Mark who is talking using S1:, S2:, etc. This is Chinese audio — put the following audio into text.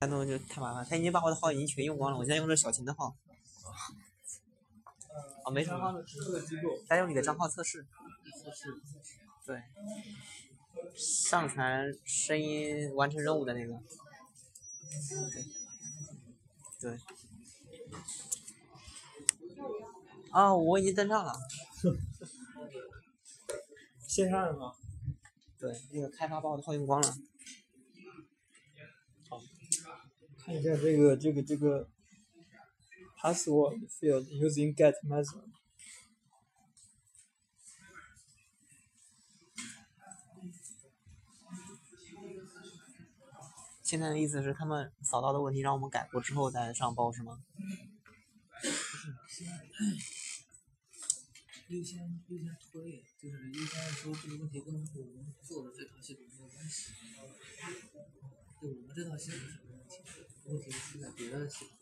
S1: 山东就太麻烦，他已经把我的号已经全用光了，我现在用的是小秦的号。哦，没什么，
S2: 嗯
S1: 再用你的账号测试。对，上传声音完成任务的那个。对，对。啊、我已经登上了。
S2: 线上的吗？
S1: 对，那个开发把我的号用光了。
S2: 看一下这个这个这个 password field using get method。
S1: 现在的意思是他们扫到的问题让我们改过之后再上报是吗？
S3: 优先优先拖累，就是优先说这个问题跟我们做的这套系统没有关系。对我们这套系统是没问题，问题是出在别的系统。